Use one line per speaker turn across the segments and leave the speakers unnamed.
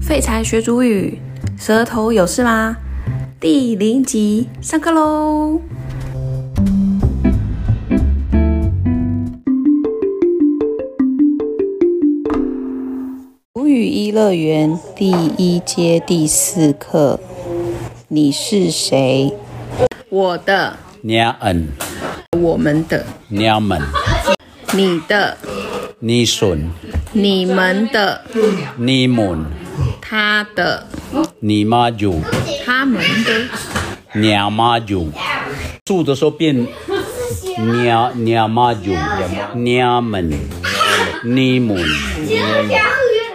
废柴学主语，舌头有事吗？第零集上课喽！主语一乐园第一阶第四课，你是谁？我的，
娘恩，
我们的，
娘们，
你的，
你孙，
你们的，
你们，
他的，
你妈祖，
他们的。
娘妈祖。住的时候变娘娘妈祖，娘们，你们，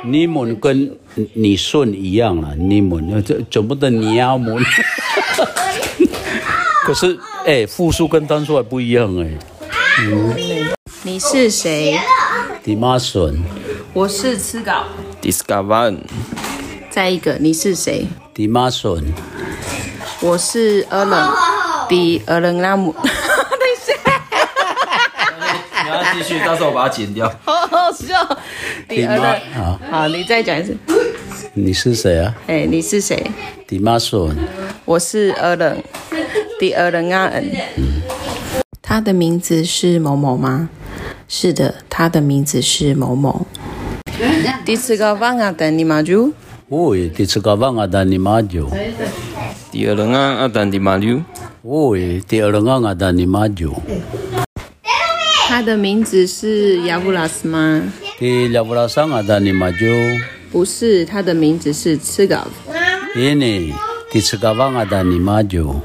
你们跟你孙一样了，你们这怎么的娘们？ 可是哎，复数跟单数还不一样哎。
你是谁？
你妈孙，
我是吃稿。
Discover
再一个，你是谁？
你妈孙，
我是 a l l n 比 a l l n 拉姆。等一下，
你要继续，到时候我把它剪掉。
好好笑。比
你
a
妈
l n
啊，
好，你再讲一次。
你是谁啊？
哎、你是谁？
你妈孙，
我是 a l l n 比 a l l n 阿恩。他的名字是某某吗？是的，他的名字是某某。第四个方啊，等你马就。
喂，你吃个饭啊？但你妈祖。
第二轮啊，阿丹迪马六，
Oi, te oranganga da ni maju.
他的名字是亚布拉斯吗？
Te lavrasanga da ni maju.
不是，他的名字是赤稿。
Ini, te tsukavanga da ni maju.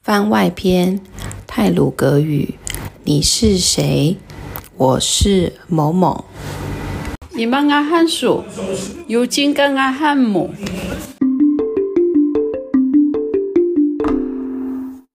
番外篇：泰鲁格语。你是谁？我是某某。
你们阿汉属，有金刚阿汉姆，